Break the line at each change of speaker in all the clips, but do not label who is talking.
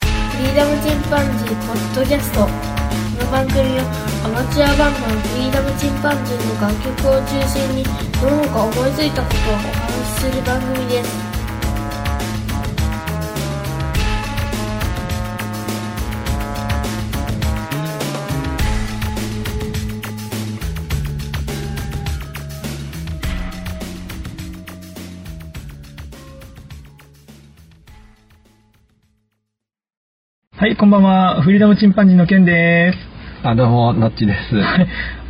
フリーダムチンパンジーポッドキャストこの番組はアマチュアバンドのフリーダムチンパンジーの楽曲を中心にどのか思いついたことをお話しする番組です
はい、こんばんは。フリーダムチンパンジーのケンです。
あ、どうも、なっちです。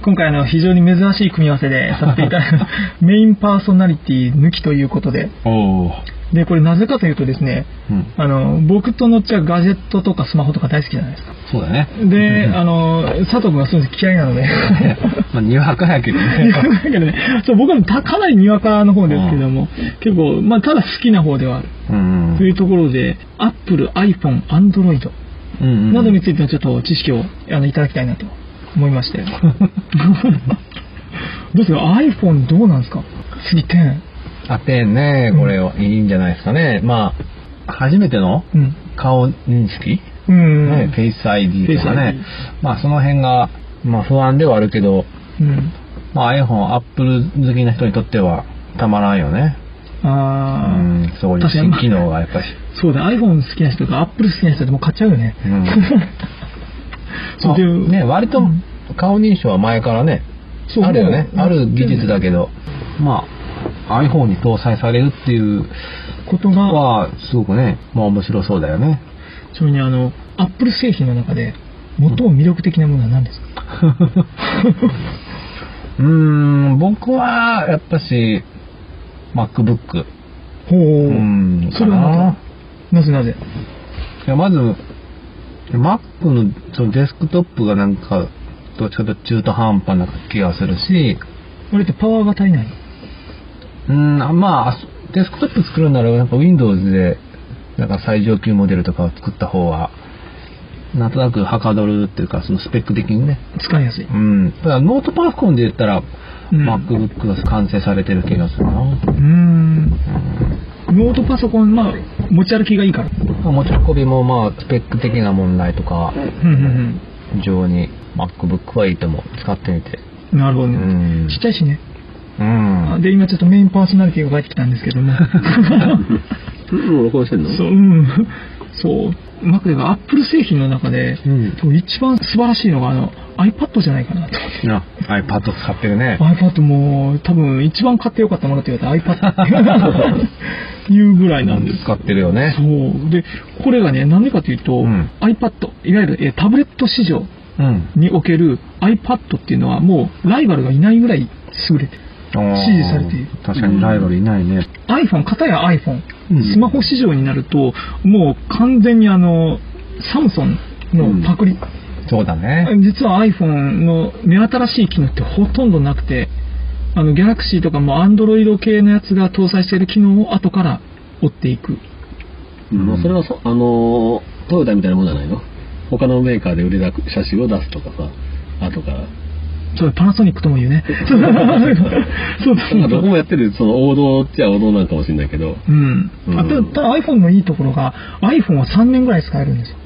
今回あの非常に珍しい組み合わせでさせていただくメインパーソナリティ抜きということで。
おお。
で、これなぜかというとですね、
うん。
あの、僕とのっちゃんガジェットとかスマホとか大好きじゃないですか。
そうだね。
で、あの、佐藤君がそういうの嫌いなので。
まあ、にわかやけどね。
だけどね、そう僕はたかなりにわかの方ですけども、結構、まあ、ただ好きな方ではある。
うん
というところで、Apple、iPhone、Android、
うん。うん。
などについてのちょっと知識をあのいただきたいなと思いま して。どうですか ?iPhone どうなんですか次10。
あてんね、これを、いいんじゃないですかね。まあ、初めての
うん。
顔認識
うん。
ね、フェイス ID とか
Face ID
ね。まあ、その辺が、まあ、不安ではあるけど、
うん。
まあ、iPhone、Apple 好きな人にとっては、たまらんよね。う
あー、
ん、そういう
確かに
新機能がやっぱし。
そうだ、iPhone 好きな人とか Apple 好きな人でもう買っちゃうよね。
うん
そうで、
まあね、割と
うん
顔認証は前からね、
そう
あるよね
もう
ある技術だけど、まあ iPhone に搭載されるっていう
ことが、
のはすごくねまあ面白そうだよね
ちなみにあの、Apple 製品の中で、最も魅力的なものは何ですか、
うーん僕はやっぱし MacBook
ほう、
うん
それはまた、なぜなぜ
いやまず Mac のそのデスクトップがなんかどっちかというと中途半端な気がするし
あれってパワーが足りない。
うんまあデスクトップ作るならやっぱ Windows でなんか最上級モデルとかを作った方がなんとなくはかどるっていうかそのスペック的にね
使いやすい。
うんただノートパソコンで言った
う
ら、
ん
MacBook が完成されてる気がするな
うーん。ノートパソコン、まあ、持ち歩きがいいから。
持ち運びもまあスペック的な問題とか
うんうん
非常に MacBook はいいと思う使ってみて
うん。なるほど
う
ね。
ん
ちっちゃいしね。
うん
で、今ちょっとメインパーソナリティが帰ってきたんですけど も。
うん録音してんの
そう、うん。そう。マクでがアップル製品の中で、
うん
そう一番素晴らしいのが、あの、iPad じゃないかなと思って。
あ iPad 使ってるね
iPad も、多分一番買ってよかったものって言われたら iPad っていうぐらいなんです。
使ってるよね
そう。で、これがね、なんでかというと、
うん
iPad、いわゆるえータブレット市場
うん
における iPad っていうのはもうライバルがいないぐらい優れてる。
支
持されている
確かにライバルいないね。
iPhone、片や iPhone、
うん
スマホ市場になると、もう完全にあの、サムソンのパクリ。
そうだね。
実は iPhone の目新しい機能ってほとんどなくて、あの、Galaxy とかも Android 系のやつが搭載している機能を後から追っていく。
まあそれはそあのートヨタみたいなもんじゃないの他のメーカーで売れた車種を出すとかさ後から
それパナソニックとも言う ね。そうそう
まあどこもやってるその王道っちゃ王道なんかもしれないけど
うん。あ
う
と、
ん
ただ iPhone のいいところが、iPhone は3年ぐらい使えるんですよ。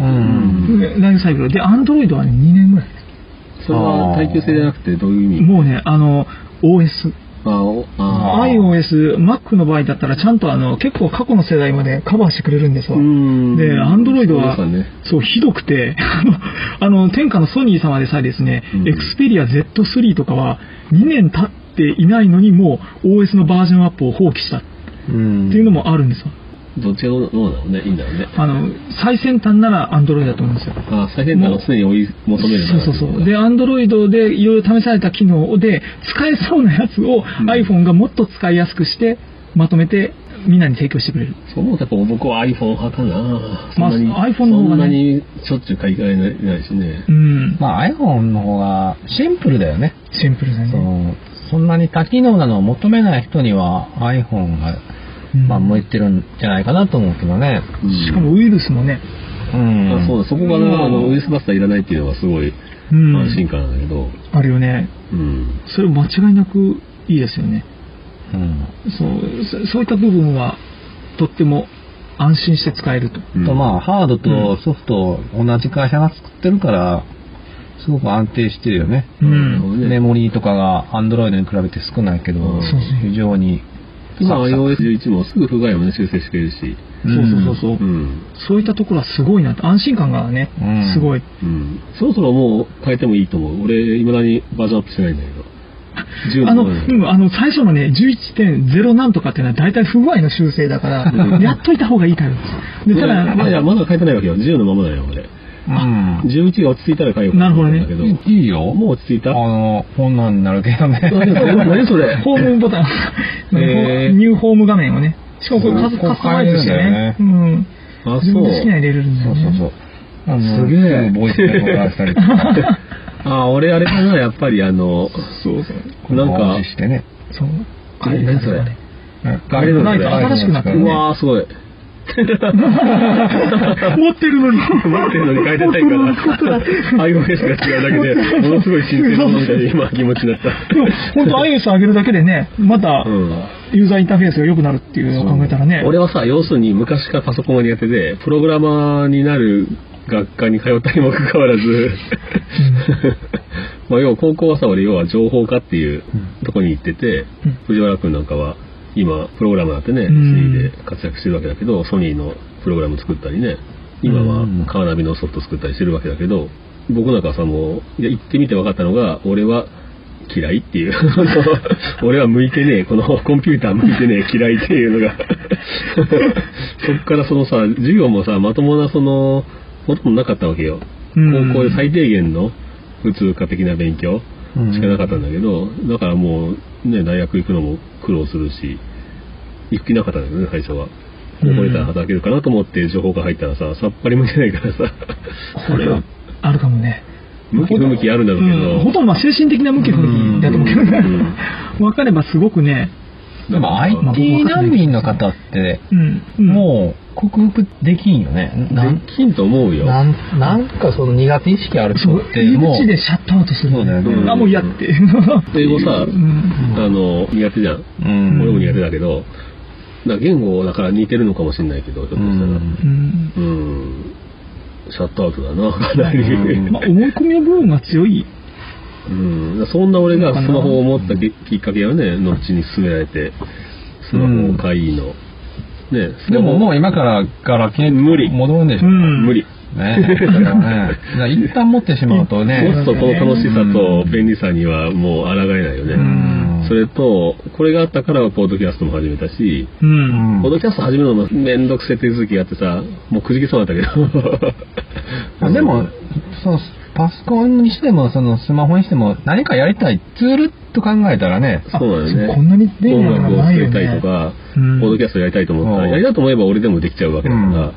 うん。
ライフサイクル。で、Android はね、2年ぐらいです。
それは耐久性じゃなくてどういう意味
もうね、あの、OS。
あおあ
あー
iOS、Mac の場合だったら、ちゃんとあの、結構過去の世代までカバーしてくれるんですわ。
ん
で、Android は
そうですね、
そう、ひどくて、 あの、天下のソニー様でさえですね、
うん
Xperia Z3 とかは、2年経っていないのに、もう OS のバージョンアップを放棄したっ
うん。
ていうのもあるんですよ。
どっちがどうなのねいいんだろうね
あの、最先端なら Android だと思うんですよ。
あ最先端を常に追い求める
そうそうそう。で、アンドロイドでいろいろ試された機能で、使えそうなやつを
うん
iPhone がもっと使いやすくして、まとめてみんなに提供してくれる。
そう思うとやっぱ僕は iPhone 派かな
まあ
そんなに
iPhone の方がね
そんなにしょっちゅう買い替えないないしね
うん。
まあ iPhone の方がシンプルだよね。
シンプルだ
そ
ね。
のそんなに多機能なのを求めない人には iPhone が、
うん
まあ、向いてるんじゃないかなと思うけどね。
うん
しかもウイルスもね。
うん。
あそうだそこが
うん
なあのウイルスバスターいらないっていうのはすごい
うん。
安心感なんだけど、
あるよね。
うん、
それ間違いなくいいですよね。
うん。
そう、そそういった部分は、とっても安心して使えると。
うん
とまあ、ハードとソフト、同じ会社が作ってるから、すごく安定してるよね。
う
なるほ
ん。
どね
メモリーとかが Android に比べて少ないけど
うん、
非常に。
今 iOS11 もすぐ不具合をね、修正してくれるし。
そうそうそうそう。
ん。
そういったところはすごいなって、安心感がね
うん、
すごい。
うん。そろそろもう変えてもいいと思う。俺、未だにバージョンアップしてないんだけど。10
あの、う
まで
ん、あの、最初のね、11.0なんとかっていうのは大体不具合の修正だ から、やっといた方がいいタイプです。で、ただ、
いやまあいや、まだ変えてないわけよ。10のままだよ、俺。
うん。
11が落ち着いたら変えよう
なるほどね
だけど。
いいいよ。
もう落ち着いた
あの、こんなんになるけどね。
何それ
ホームボタン、
えー
ニューホーム画面をね、しかもこれカス
ここ
カスタマイズしてね、
変
うん、
あ、
自
そ
分
う
で。好きなの入れれるんだ
そ
よ
うそうそ
ね。
う。あの
すげえ
すぐボイスで録画したりとか。
あ、俺あれかな、やっぱりあの、
そうそう。
なんか
無視してね。
そう。
え何それ
ガイ
ド
ないと
ガイド
新しくなって
う
る
う
ね。
わー、すごい。
持ってるのに。
持ってるのに変えてないから、iOS が違うだけで、ものすごい新鮮なみたいな今気持ちになった。
でも、本当 iOS 上げるだけでね、また
うん
ユーザーインターフェースが良くなるっていうのを考えたらね、
俺はさ、要するに昔からパソコンが苦手で、プログラマーになる学科に通ったにもかかわらず、 まあ要は高校はさ、俺要は情報科っていうとこに行ってて、
うん
藤原君なんかは今、プログラマーだってね、
うん
C で活躍してるわけだけど、ソニーのプログラム作ったりね、今は
うん
カーナビのソフト作ったりしてるわけだけど、僕なんかさ、もう、いや行ってみて分かったのが、俺は、嫌い っていう。俺は向いてねえ。このコンピューター向いてねえ。嫌いっていうの が。そっからそのさ、授業もさ、まともなその、ほとんどなかったわけよ。
うん
高校で最低限の普通科的な勉強
うん
しかなかったんだけど、だからもう、ね、大学行くのも苦労するし、行く気なかったんだよね、最初は。高校出たら働けるかなと思って情報が入ったらさ、さっぱり向けないからさ、
これはあるかもね。
向き不向きあるんだろ
うん、ほ
うけど
とんどまあ精神的な向き不向きだと思うけどね、 分かればすごくね、
でも
まあ
IT 難民の方って、
うん、う
もう克服できんよね。な、ん
できんと思うよ。
なんなんかその苦手意識ある人
そう
って、
入
も
り口
う
で、シャットアウトする
そうだよね
あもう嫌って、
英語さ、
うん、
あの、苦手じゃん。
うん
俺も苦手だけど、だから言語だから似てるのかもしれないけど、ひょ
う
っとしたら。うん、
ん
うん
シャットアウトだな、かなり。
うん
まあ、思い込みの部分が強い、
うん、そんな俺がスマホを持ったききっかけはね、後に勧められて、スマホを買いの。ね、ス
で
マホ
ももう今からガラケー
無理
戻るんでしょ。
うん、
無理。
ねだからね。 だから一旦持ってしまうと
そうす
ね
る。とこの楽しさと便利さにはもう抗えないよね。
うん
それと、これがあったからポッドキャストも始めたし、
う、
うんん
ポッドキャスト始めるのもめんどくせえ手続きがあってさ、もうくじけそうだったけど。
まあでも、そのパソコンにしても、そのスマホにしても、何かやりたいツールと考えたらね、
そうだよね。
こんなに便利
音
なの
楽を
がない
作
よ
りた
ね
いとか、
うん
ポッドキャストやりたいと思った
う
ら、
ん
やりたいと思えば俺でもできちゃうわけだか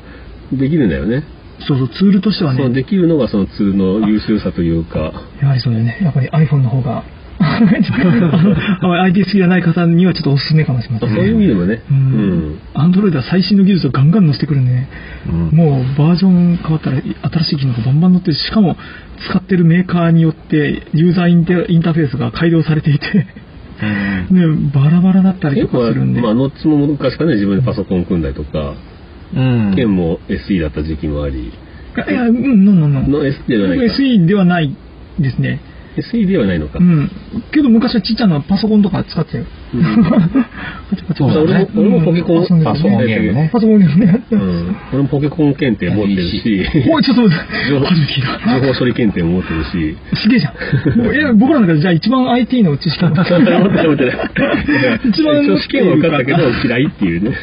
ら、できるんだよね。
そうそうツールとしては
その
ね
できるのがそのツールの優秀さというか、
やはりそうだよねやっぱり iPhone の方があの IT 好きじゃない方にはちょっとおすすめかもしれませ
そうんいう意味でもね、
う
うんん。
Android は最新の技術をガンガン載せてくるんでね、もうバージョン変わったら新しい機能がバンバン載ってるし、しかも使ってるメーカーによってユーザーインタインターフェースが改良されていて、 ね、バラバラだったりと
結
か
構、
するんで、
まあ、ノッチも昔からね、自分でパソコン組んだりとか、
うん
ケンも SE だった時期もあり、
いや、うん、のんのんのん
の SE ではないか。
SE ではないですね。
SE ではないのか
う。ん。けど昔はちっちゃなパソコンとか使ってた よ。
うん
パチパチ
そうだ
俺
ね
も俺もポケコン
遊んでた
パソコンゲームね
パソコンですね。
うん俺もポケコン検定持ってるし、
おい、ちょっと待っ
情報
て。初めて聞いた
情報処理検定も持ってるし、
すげえじゃん。いや、僕らの中でじゃあ一番 IT の知識を持って
そんな思ってない思ってない。
一番
一応試験は受かったけど嫌いっていうね。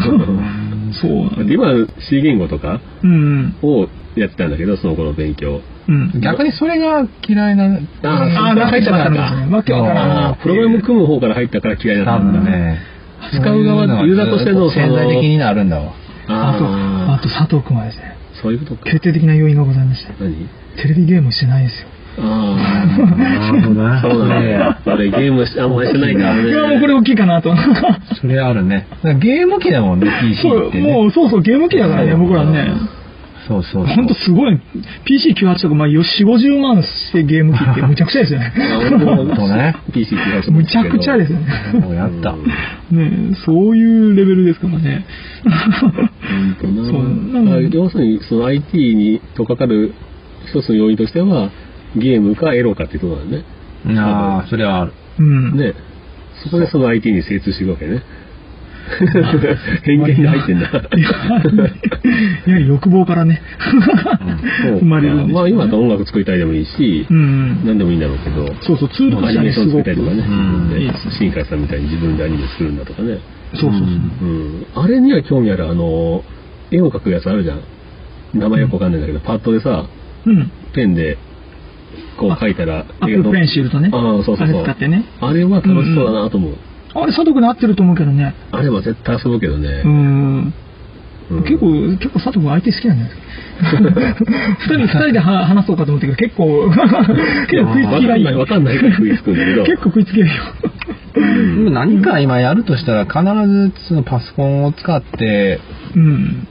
そうなんだ。
で今 C 言語とか
うん
をやってたんだけどその子の勉強。
うん。うん。
逆にそれが嫌いな、
ああ、なんか入っちゃったんですね。わけわからんな
あープログラム組む方から入ったから嫌いだった
多
んだ
分。ね。
使う側のユーザーとしてのその
潜在的になるんだわ。
あと、あ
あ
と佐藤君はですね、
あ、そういうことか。
決定的な要因がございまして、
何
テレビゲームしてないんですよ。
あ
なるほ ど
あ、そうだね。やっぱりゲームしあんまりしてないから
い
ね。
や、もうこれ大きいかな と。
それあるね。だからゲーム機だもんね、PC
そう
っ、てね。
もう、そうそう、ゲーム機だからね、僕らね。
そうそうそう。
ほんとすごい、PC98 とか、まあ、よし、50万してゲーム機って、むちゃくちゃですよね。
本当ね
PC ってや つ
むちゃくちゃですよね。
もうやった。
うん
ねそういうレベルですからね。
本当な
そうな
だから要するにその IT にとっかかる一つの要因としてはゲームかエロかっていうところだよね。
ああ、それはある。
うん。
ねそこでその IT に精通していくわけね。 偏見が入ってんだ。
いややはり欲望からね、
そう
生まれるんです
ま
よ
あ
ね
今だと音楽作りたいでもいいし、
うん。
何でもいいんだろうけど。
そうそう、ツール
ア
として
ニメ
ね、
ーショ
す
ン作
ごく。
りたいとかね、
うん
で新海さんみたいに自分でアニメ作るんだとかね、
そうそうそう。
ん
うん、あれには興味あるあの絵を描くやつあるじゃん名前よくわかんないんだけど、パッドでさ
うん。
ペンでこう
あ
描いたら
アップルペンシルとね、
ああそうそ
あ
うそう
れ使ってね。
あれは楽しそうだなと思う、
あれ、佐藤君に合ってると思うけどね。
あれは絶対遊ぶけどね
う、ん。
うん
結構、結構佐藤君相手好きなんじゃ ないですか。二人、二人では話そうかと思ったけど、結構、結構食いつきがいいよ。
わかんないわかんないから食いつくんだけ ど
結構食いつきがいいよ。
でも何か今やるとしたら必ずそのパソコンを使って
うん。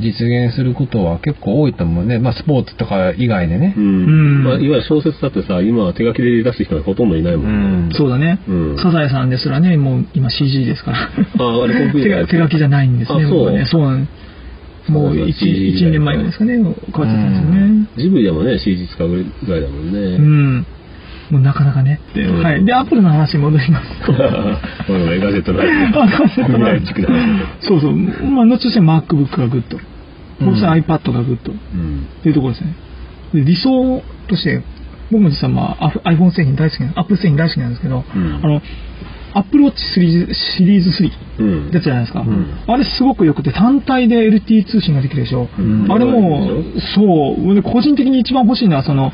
実現することは結構多いと思うね。まあスポーツとか以外でね
う。
うん
んまあ、いわゆる小説だってさ今は手書きで出す人がほとんどいないも
うん
ね、
ん。
そうだね
うん。
サザエさんですらね、もう今 CG ですから。
あああれコンピューター
手
や
が手書きじゃないんですね、
あそう
僕はね。そうなんもう
そうなんだ
1,
CG
1年前ぐらいですかね、変わっちゃったん
ジブリでもね CG 使うぐらいだもんね、
ですよね。うん。もうなかなかねって。
うん
はい。で、アップルの話に戻り ます。
これガジェットの
あガジェットの話
未来地区だ
そうそう。まあ、後として MacBook がグッと。
うん
そして iPad がグッと。
うん
っていうところですね。で理想として、僕も実はまあ、ア iPhone 製品大好きな、Apple 製品大好きなんですけど、
うん
あの、Apple Watch シリーズシリーズ3。
うん
やつじゃないですか、
ん
あれすごく良くて単体で LTE 通信ができるでしょ、
うん
あれもそうで個人的に一番欲しいのはその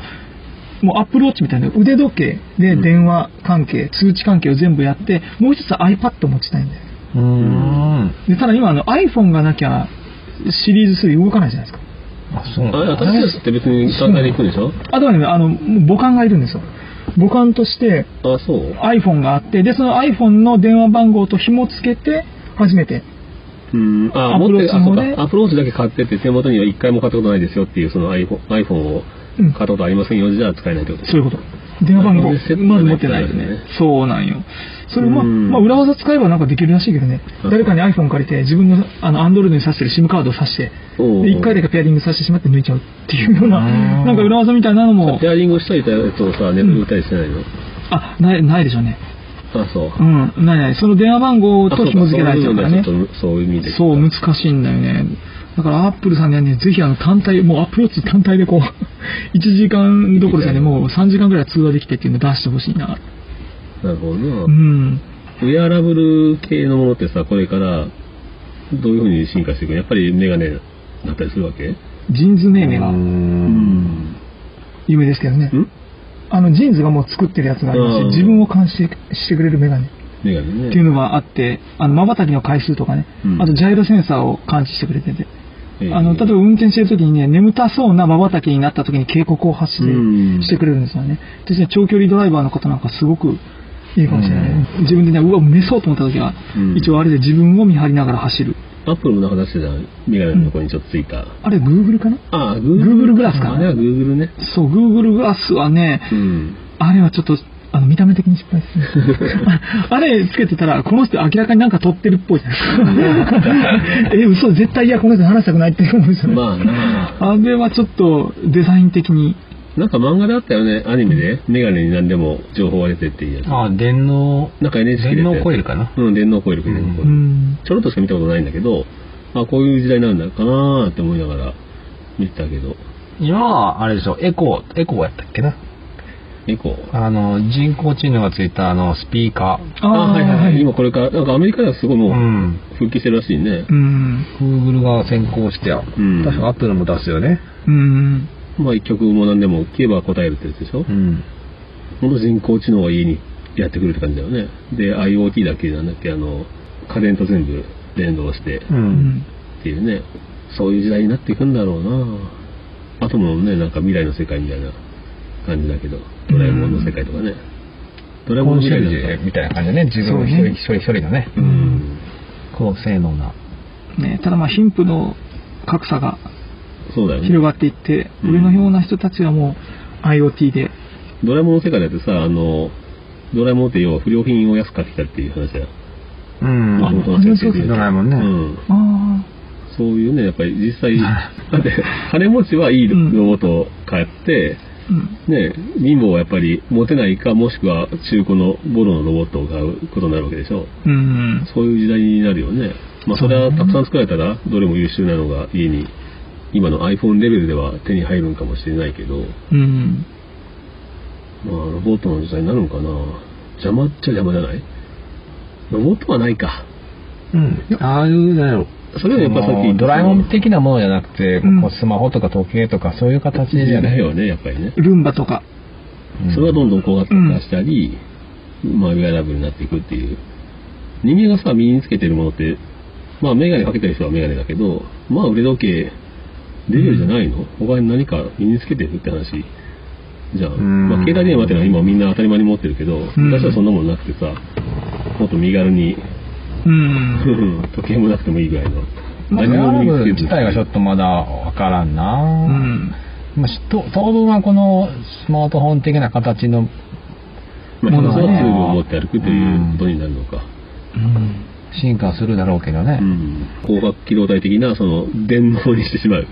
もうアップルウォッチみたいな腕時計で
うん
電話関係、通知関係を全部やってもう一つ iPad 持ちたいんだよ
うーん。
でただ今あの iPhone がなきゃシリーズ3動かないじゃないですか
あ、そう
あれ
なんだ。
新しいやつって別に単体で行くんでしょ
あとはねあのもう母艦がいるんですよ母艦として
あそう
iPhone があってでその iPhone の電話番号と紐付けて初めて
うんあ
アプ
持っ
ロー
て
チ
あそ
も
う
ね
かアプローチだけ買ってて手元には一回も買ったことないですよっていうその iPhone, iPhone を
うん
買ったことありませんよじゃあ使えないってこと
そういうこと。電話番号、ま
あこれセッ
ず
トじゃない
持ってないです
ってことだよ
ね
ね。
そうなんよ。それ、まあ、
うん
まあ、裏技使えばなんかできるらしいけどね。
うん
誰かに iPhone 借りて、自分の、あの、アンドロイドに挿してる SIM カードを挿して、
おう
で一回だけペアリングさせてしまって抜いちゃうっていうような、
うん
なんか裏技みたいなのも
ペ、アリングしといたやつをさネットで売ったりしてないの、
あ、ない、ないでしょうね。
あそう
うん、ないない。その電話番号
あそ
と
う
紐付けられちゃうからね
そ。の部分がちょっとそういう意味で
そう、難しいんだよね。だから、アップルさんにはね、ぜひあの、単体、もうアップローチ単体でこう、1時間どころじゃね、もう3時間ぐらい通話できてっていうの出してほしいな。
なるほどな、
うん。
ウェアラブル系のものってさこれからどういうふうに進化していくのやっぱりメガネだったりするわけ
ジーンズ
う
命名が
ーん。
有名ですけどね。
ん
あの、ジーンズがもう作ってるやつがありまして、
うん
自分を監視してくれるメガネっ
メガネね
ていうのがあって、あの、瞬きの回数とかね
う、ん
あとジャイロセンサーを感知してくれてて、
ええ
あの、例えば運転してる時にね、眠たそうな瞬きになった時に警告を発して
うん
してくれるんですよね。で、ね長距離ドライバーの方なんかすごくいいかもしれない。自分でね、うわ、寝そうと思った時は
うん、
一応あれで自分を見張りながら走る。
アップルの中出してたメガネのとこにちょっとついた。
あれ、Google かな
ああ、Google
Google グラスか
あれは Google ね。
そう、Google グラスはね、
うん。
あれはちょっと、あの、見た目的に失敗ですね。ああれつけてたら、この人明らかになんか撮ってるっぽいじゃない ですか。え、嘘、絶対いや、この人話したくないって思うじゃない
まあな
あれはちょっとデザイン的に。
なんか漫画であったよね、アニメで。メガネに何でも情報が出てっていうやつ。
あ、電脳、
なんか NHK で。
電脳コイルかな。
うん、電脳コイル、電脳コイ
う
ル。
ん。
ちょろっとしか見たことないんだけど、あこういう時代なんだかなーって思いながら見てたけど、
今はあれでしょ、エコー、エコーやったっけな。
結構。
あの、人工知能がついたあの、スピーカ
あ
あ
ー
はいはいはい。今これから、なんかアメリカではすごい
ー。
も
う。
うん復帰してるらしいね
う。ん。
Google が先行して、
ん
確かアップルも出すよね。
うん。
まあ一曲も何でも聞けば答えるってやつでしょ。
うん。
本当人工知能が家にやってくるって感じだよね。で、IoT だけなんだっけ、あの、家電と全部連動して
う。
うんん。
っていうね、そういう時代になっていくんだろうなあともね、なんか未来の世界みたいな感じだけど、ドラえもんの世界とかね。ドラえ
コ
もん
ン
の
シェ
未来
ル
なん
ジ
か
ュみたいな感じでね、自
そう
分一人
ね
一人一人のね、
うん。
高性能な。
ね、ただまあ貧富の格差が
そうだよね
広がっていって、
うん
俺のような人たちはもう IoT で、
ドラえもんの世界だってさあのドラえもんって要は不良品を安く買ってきたっていう話だよ
うん。
あ
元々
あ
の設
そう
定
で
です
ドラえもんね
うん
あ
そういうねやっぱり実際だって金持ちはいいロボットを買って、
あ、うん。
ね貧乏はやっぱり持てないかもしくは中古のボロのロボットを買うことになるわけでしょ
うん。
そういう時代になるよねまあそれはたくさん作られたらどれも優秀なのが家に今の iPhone レベルでは手に入るんかもしれないけど
うん。
まあロボットの時代になるのかな邪魔っちゃ邪魔じゃないロボットはないか
うん。ああいう、なんやろ。
それはやっぱさっき言った
ドラえもん的なものじゃなくて、
うん
こうスマホとか時計とかそういう形
時
じゃな
代
い。
よねやっぱりね
ルンバとか、
うん
それはどんどん高額化したり、まあ、ウェアラブルになっていくっていう。人間がさ、身につけてるものって、まあ、メガネかけてる人はメガネだけど、まあ、腕時計、レベルじゃないの、他に何か身につけてるって話。じゃあ、
うん
まあ、携帯電話ってのは今みんな当たり前に持ってるけど、
ん
昔はそんなもんなくてさ、もっと身軽に、
うん。
時計もなくてもいいぐらいの。
まあウ
何
ェアラブル
身につ
自
けて
体
る
がちょっとまだわからんな。
うん。
まあ、しと当分はこのスマートフォン的な形の
まあ、
も
そ
のは
のツ
ね
ールを持って歩くということになるのか。
うん。
進化するだろうけどね
う。ん、光学機動隊的なその電脳にしてしまう。
うん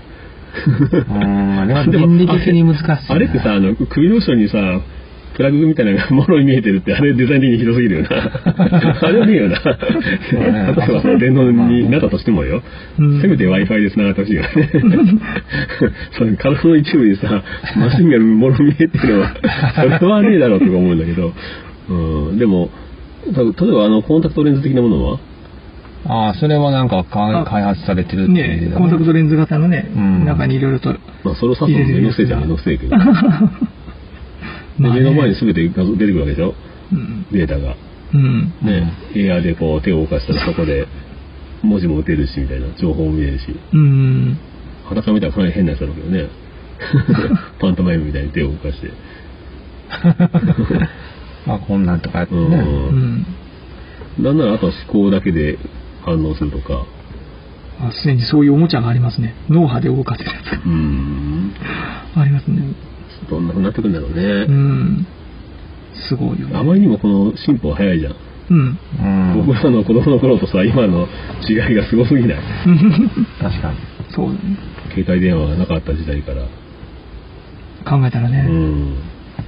あ れは倫理的に難しいな
あれってさ、あの首の後ろにさ、プラグみたいなのがもろに見えてるって、あれデザイン的にひどすぎるよ な。あれはねえよな。
うね
例えばその電脳になったとしてもよ。
うん
せめて Wi-Fi で繋がってほ しいよね。その体の一部にさ、マシンがもろ見えっていうのは、それはねえだろうとか思うんだけど。うん、でも、た例えばあのコンタクトレンズ的なものは
ああ、それはなんかか
あ
開発されてるってい
ね
うね。
コンタクトレンズ型のね、
うん
中にいろいろ と。
まあ、それをさすの目のせいじゃん、目のせいけど。で、
まあね
目の前に全て画像出てくるわけでしょ
うん。
データが。
うん。
ね、AI でこう手を動かしたらそこで文字も打てるし、みたいな、情報も見れるし。
うん。
裸から見たらかなり変なやつだろうけ どね。パントマイムみたいに手を動かして。
まあ、こんなんとかやって
う。
ね。
うんん。
なんならあとは思考だけで反応するとか。
あすでにそういうおもちゃがありますね。脳波で動かせるやつ
うん。
がありますね。
どんな風になってくるんだろう
う
ね。
ん。すごいよ
あ
ね。
まりにもこの進歩は早いじゃん。
うん。
うん
僕らの子供の頃とさ、今の違いがすごすぎない。
確かに。
そうね。
携帯電話がなかった時代から。
考えたら
う
ね。
ん。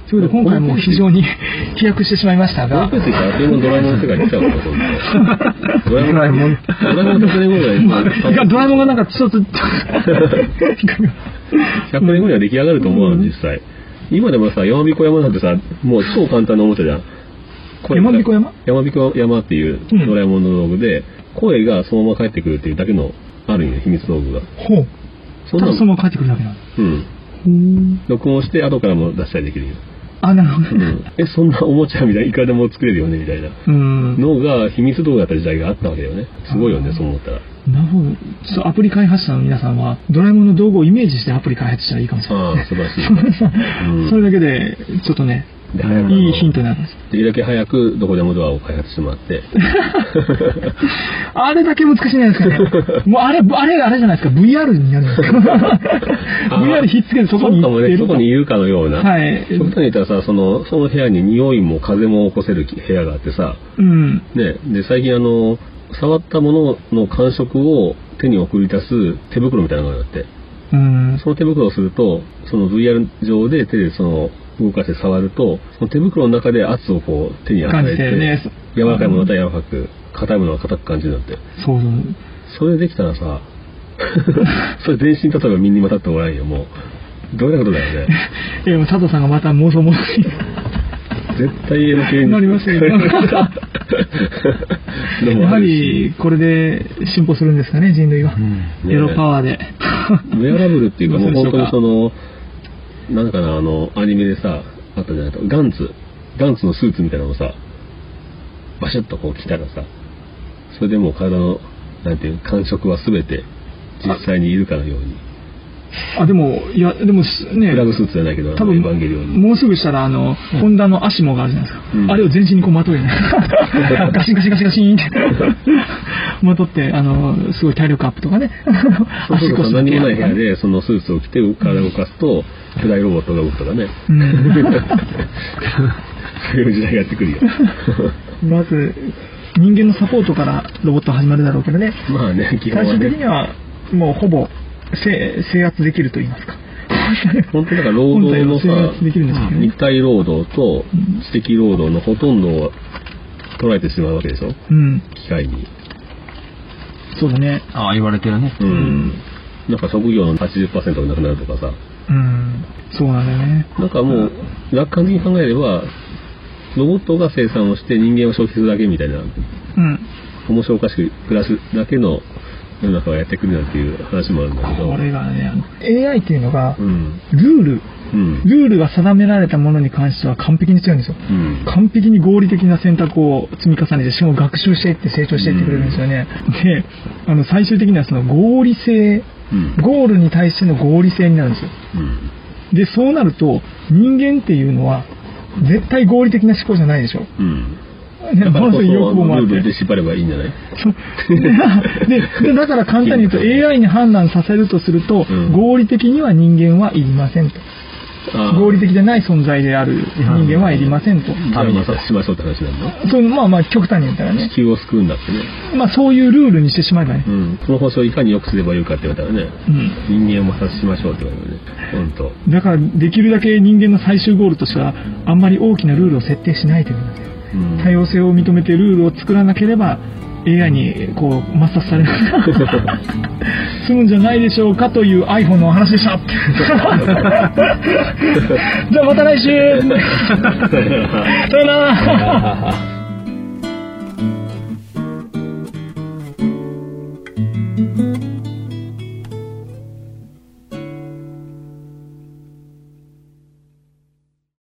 ということで今回も非常に 飛躍してしまいました
ドラ
が
えもん、ってあっという間にドラえもんの世界に来ちゃうから、今度ド
ドラえもん
ドラえもん100年後ぐらい。
まあい やドラえもんがなんかちょっと、
100年後には出来上がると思うの、実際。今でもさ、山彦山なんてさ、もう超簡単なおもちゃじゃん。
山彦山
山彦山っていう
うん
ドラえもんの道具で、声がそのまま返ってくるっていうだけの、ある意味の秘密道具が。
ほう。
そん
た
な
だ
の
そのまま帰ってくるだけな
うん。
の。
録音して後からも出したりできるよ。
あ、なるほ
う
ど。
ん。え、そんなおもちゃみたいな、いくらでも作れるよね、みたいな。
うん。
のが秘密道具だった時代があったわけだよね。すごいよね、そう思ったら。
なるほど。ちょっとアプリ開発者の皆さんは、ドラえもんの道具をイメージしてアプリ開発したらいいかもしれ
あ
ない
あ、
です
素晴
ね。
らしい。う ん
それだけで、ちょっとね、
で早くあの
いいヒントになるんです。
できるだけ早くどこでもドアを開発してもらって、
あれだけ難しいじゃないですか ね。もうあれ、あれ、あれじゃないですか。VR になるんですか。VR ひっつけてそこに
そうかも
行って
ね、
る
そこにいるかのような。
はい。
極端に言ったらさ、その、その部屋に匂いも風も起こせる部屋があってさ、
うん。
ね、で、最近あの、触ったものの感触を手に送り出す手袋みたいなのがあるんだって。
うん。
その手袋をすると、その VR 上で手でその、動かして触ると、その手袋の中で圧をこう手に与
感
え
じ
て、
てね。
柔らかいものだったら柔らかく、硬いものは硬く感じるんだって。
そうそう。
それできた らさ、それ全身例えば身にまたっておらんよ、もう。どういうことだよね。
いや、でも佐藤さんがまた妄想も
絶対家の経営に。
なりますよ
で
や
もあ
は
るし
り、これで進歩するんですかね、人類は。エロパワーで。
ウェアラブルっていうか、もう
どうす
本当
るで
に
しょ
そうの、なんかな、あの、アニメでさ、あったじゃないと、ガンツ、ガンツのスーツみたいなのをさ、バシッとこう着たらさ、それでもう体の、なんていう、感触は全て、実際にいるかのように。
あ、でも、いや、でもすね
フ、ラグスーツじゃないけど、
多
あのエ
分
ヴァンゲリオンに。
もうすぐしたら、あの、ホンダのアシモがあるじゃないですか。
うん
あれを全身にこうま とえる。ガシンガシンガシンガシンってまとって、あの、すごい体力アップとかね。
そうそうそう
足腰
何にもない部屋
ね。
で、そのスーツを着て体を動かすと、巨大ロボットが動くとかね。
う
そういう時代がやってくるよ。
ん。まず、人間のサポートからロボット始まるだろうけどね。
まあね、基本
最
は
終的に
ね。
は、もうほぼ制制圧できると言いますか。
本当にだから労
本体を
働のさ
制、圧できるんですけどね
肉。体労働と知的労働のほとんどを捉えてしまうわけでしょ
うん。
機械に。
そうだね。
ああ、言われてるね。
うん。なんか職業の80%がなくなるとかさ。
うん。そうなんだよね。
なんかもう、楽観的に考えれば、ロボットが生産をして人間を消費するだけみたいな、
うん。
面白おかしく暮らすだけの世の中をやってくるなんていう話もあるんだけど。
これがね、あの AI っていうのが
う、ん。
ルール、
うん。
ルールが定められたものに関しては完璧に違うんですよ。
うん。
完璧に合理的な選択を積み重ねて、しかも学習していって成長していってくれるんですよね。で、あの、最終的にはその合理性、
うん。
ゴールに対しての合理性になるんですよ。
うん。
で、そうなると、人間っていうのは、絶対合理的な思考じゃないでしょ。
うん。
ね、
だか
もの
らこ
すご
そ、ル
い欲望もあっ
ー
て
ル。で縛ればいいんじゃない
ででだから簡単に言 うと AI に判断させるとすると、
うん
合理的には人間はいりませんと
あー
合理的でない存在である人間はいりませんと、
じゃあまたしましょうって話なんだ。
そういうまあまあ極端に言ったらね
地、球を救うんだってね。
まあ、そういうルールにしてしまえばね
う、ん。この方針をいかに良くすればよいかって言われたらね、
うん、
人間を摩擦しましょうって言われるね。ほんと。
だからできるだけ人間の最終ゴールとしてはあんまり大きなルールを設定しないという
うん
多様性を認めてルールを作らなければ AI にこう抹殺 されな済むんじゃないでしょうかという iPhone のお話で した じゃあまた来週さよなら